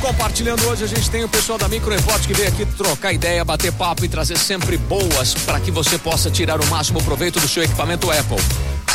compartilhando hoje, a gente tem o pessoal da Micro Report que veio aqui trocar ideia, bater papo e trazer sempre boas para que você possa tirar o máximo proveito do seu equipamento Apple.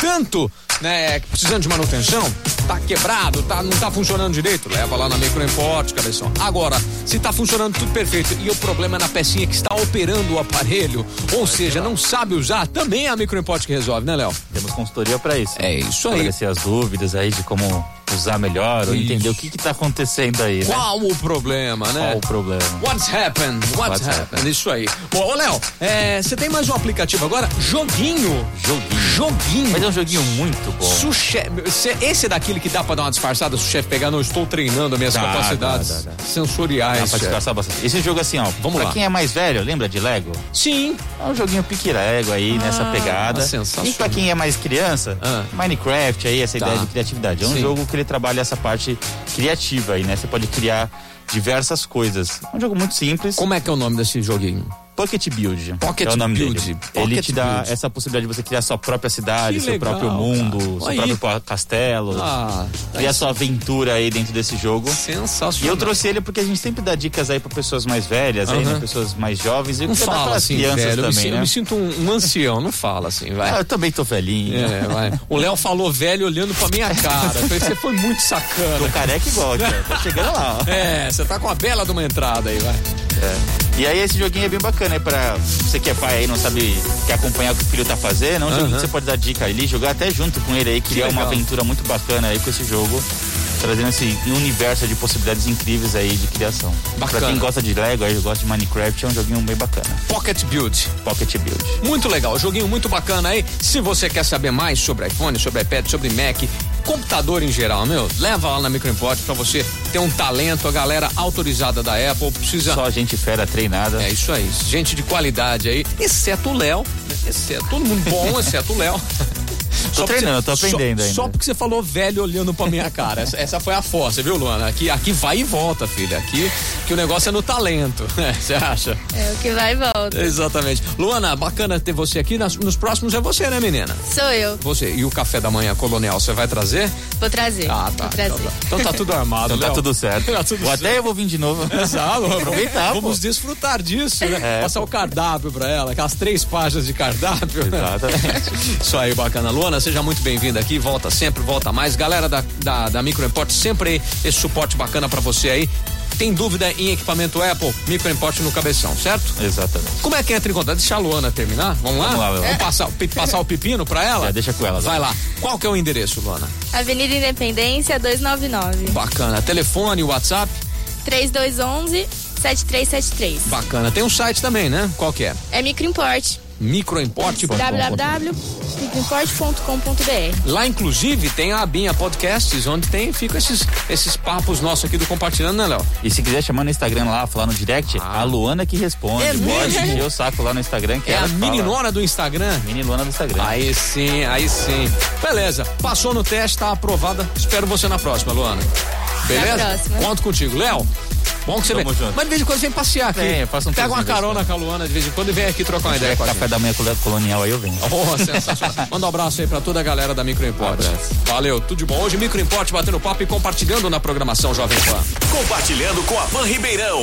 Tanto, né, precisando de manutenção, tá quebrado, tá, não tá funcionando direito, leva lá na Micro Import, cabeção. Agora, se tá funcionando tudo perfeito e o problema é na pecinha que está operando o aparelho, ou seja, não sabe usar, também é a Micro Import que resolve, né, Léo? Temos consultoria para isso. É isso aí. Esclarecer as dúvidas aí de como usar melhor, ou Isso. entender o que que tá acontecendo aí, né? Qual o problema, né? Qual o problema? What's happened? What's, What's happened? happened? Isso aí. Bom, ô Léo, é, você tem mais um aplicativo agora? Joguinho. Joguinho. Joguinho. Mas é um joguinho muito bom. Sushi, se- esse é daquele que dá pra dar uma disfarçada, se o chefe pegar, não estou treinando as minhas Dá, capacidades dá, dá, dá. Dá sensoriais. pra chefe. disfarçar bastante. Esse jogo assim, ó. é. Vamos pra lá. quem é mais velho, lembra de Lego? Sim, É um joguinho pique Lego aí, nessa pegada. sensacional. E pra quem é mais criança, Ah. Minecraft aí, essa Tá. ideia de criatividade. É um Sim. jogo que ele trabalha essa parte criativa aí, né? Você pode criar diversas coisas. É um jogo muito simples. como é que é o nome desse joguinho? Pocket Build. Pocket é o nome Build. Dele. Pocket Ele te dá Build. essa possibilidade de você criar sua própria cidade, Que seu legal, próprio mundo, cara. seu Aí. próprio pa- castelo. Ah, tá Uhum. criar sua aventura aí dentro desse jogo. E Sensacional. eu trouxe ele porque a gente sempre dá dicas aí pra pessoas mais velhas, aí, Aham. né? pessoas mais jovens Uhum. e Não até pra fala aquelas assim, crianças velho. eu, me, também, sinto- né? eu me sinto um, um ancião, não fala assim, vai. Ah, eu também tô velhinho. É, vai. O Léo falou velho olhando pra minha cara. Eu falei, Você foi muito Tô sacana. careca igual, cara. Tô chegando lá, ó. É, você tá com a bela de uma entrada aí, vai. E aí esse joguinho é bem bacana, é pra você que é pai aí, não sabe, quer acompanhar o que o filho tá fazendo, é um joguinho que você pode dar dica ali, jogar até junto com ele aí, criar uma legal. aventura muito bacana aí com esse jogo, trazendo esse universo de possibilidades incríveis aí de criação. Bacana. Pra quem gosta de Lego, aí gosta de Minecraft, é um joguinho bem bacana. Pocket Build. Pocket Build. Muito legal, joguinho muito bacana aí. Se você quer saber mais sobre iPhone, sobre iPad, sobre Mac, computador em geral, meu, leva lá na Microimport pra você ter um talento. A galera autorizada da Apple precisa. Só gente fera Tá. treinada. Então É isso aí, gente de qualidade aí, exceto o Léo, né? exceto todo mundo bom, exceto o Léo. Tô treinando, tô aprendendo só, ainda. Só porque você falou velho olhando pra minha cara. Essa, essa foi a força, viu, Luana? Aqui, aqui vai e volta, filha. Aqui que o negócio é no talento, né? Você acha? É o que vai e volta. Exatamente. Luana, bacana ter você aqui. Nas- nos próximos é você, né, menina? Sou eu. Você, e o café da manhã colonial, você vai trazer? Vou trazer. Ah, tá. Vou trazer. Então, tá. Então tá tudo armado, Então tá Léo. tudo certo. Tá tudo Ou certo. até eu vou vir de novo. Exato, vamos Aproveitar, Vamos desfrutar disso, né? É, Passar o cardápio pra ela, aquelas três páginas de cardápio. né? Exatamente. Isso aí, bacana. Luana, seja muito bem-vinda aqui. Volta sempre, volta mais. Galera da, da, da Micro Import, sempre aí, esse suporte bacana pra você aí. Tem dúvida em equipamento Apple? Micro Import no cabeção, certo? Exatamente. Como é que entra em contato? Deixa a Luana terminar? Vamos lá? Vamos lá, Luana. Vamos passar, o pi- passar o pepino pra ela? Já deixa com ela, Vai lá. Qual que é o endereço, Luana? Avenida Independência 299. Bacana. Telefone, WhatsApp? 3211 7373. Bacana. Tem um site também, né? Qual que é? É microimport. Microimporte. www.microimport.com.br. Lá, inclusive, tem a abinha podcasts, onde tem, ficam esses, esses papos nossos aqui do Compartilhando, né, Léo? E se quiser chamar no Instagram lá, falar no direct, Ah. a Luana que responde. É Pode mesmo? encher o saco lá no Instagram, que É ela a que fala. meninona do Instagram. Mini Luana do Instagram. Aí sim, aí sim. Beleza, passou no teste, tá aprovada. Espero você na próxima, Luana. Beleza? próxima. Conto contigo. Léo, bom que você Tamo vem. junto. Mas de vez em quando vem passear aqui. Vem, faça um Pega uma tourzinho carona com a Luana de vez em quando e vem aqui trocar uma ideia é com a gente. Café da manhã colo- colonial aí eu venho. Oh, sensacional. Manda um abraço aí pra toda a galera da Microimport. Um abraço. Valeu, tudo de bom. Hoje Microimport batendo papo e compartilhando na programação Jovem Pan. Compartilhando com a Van Ribeirão.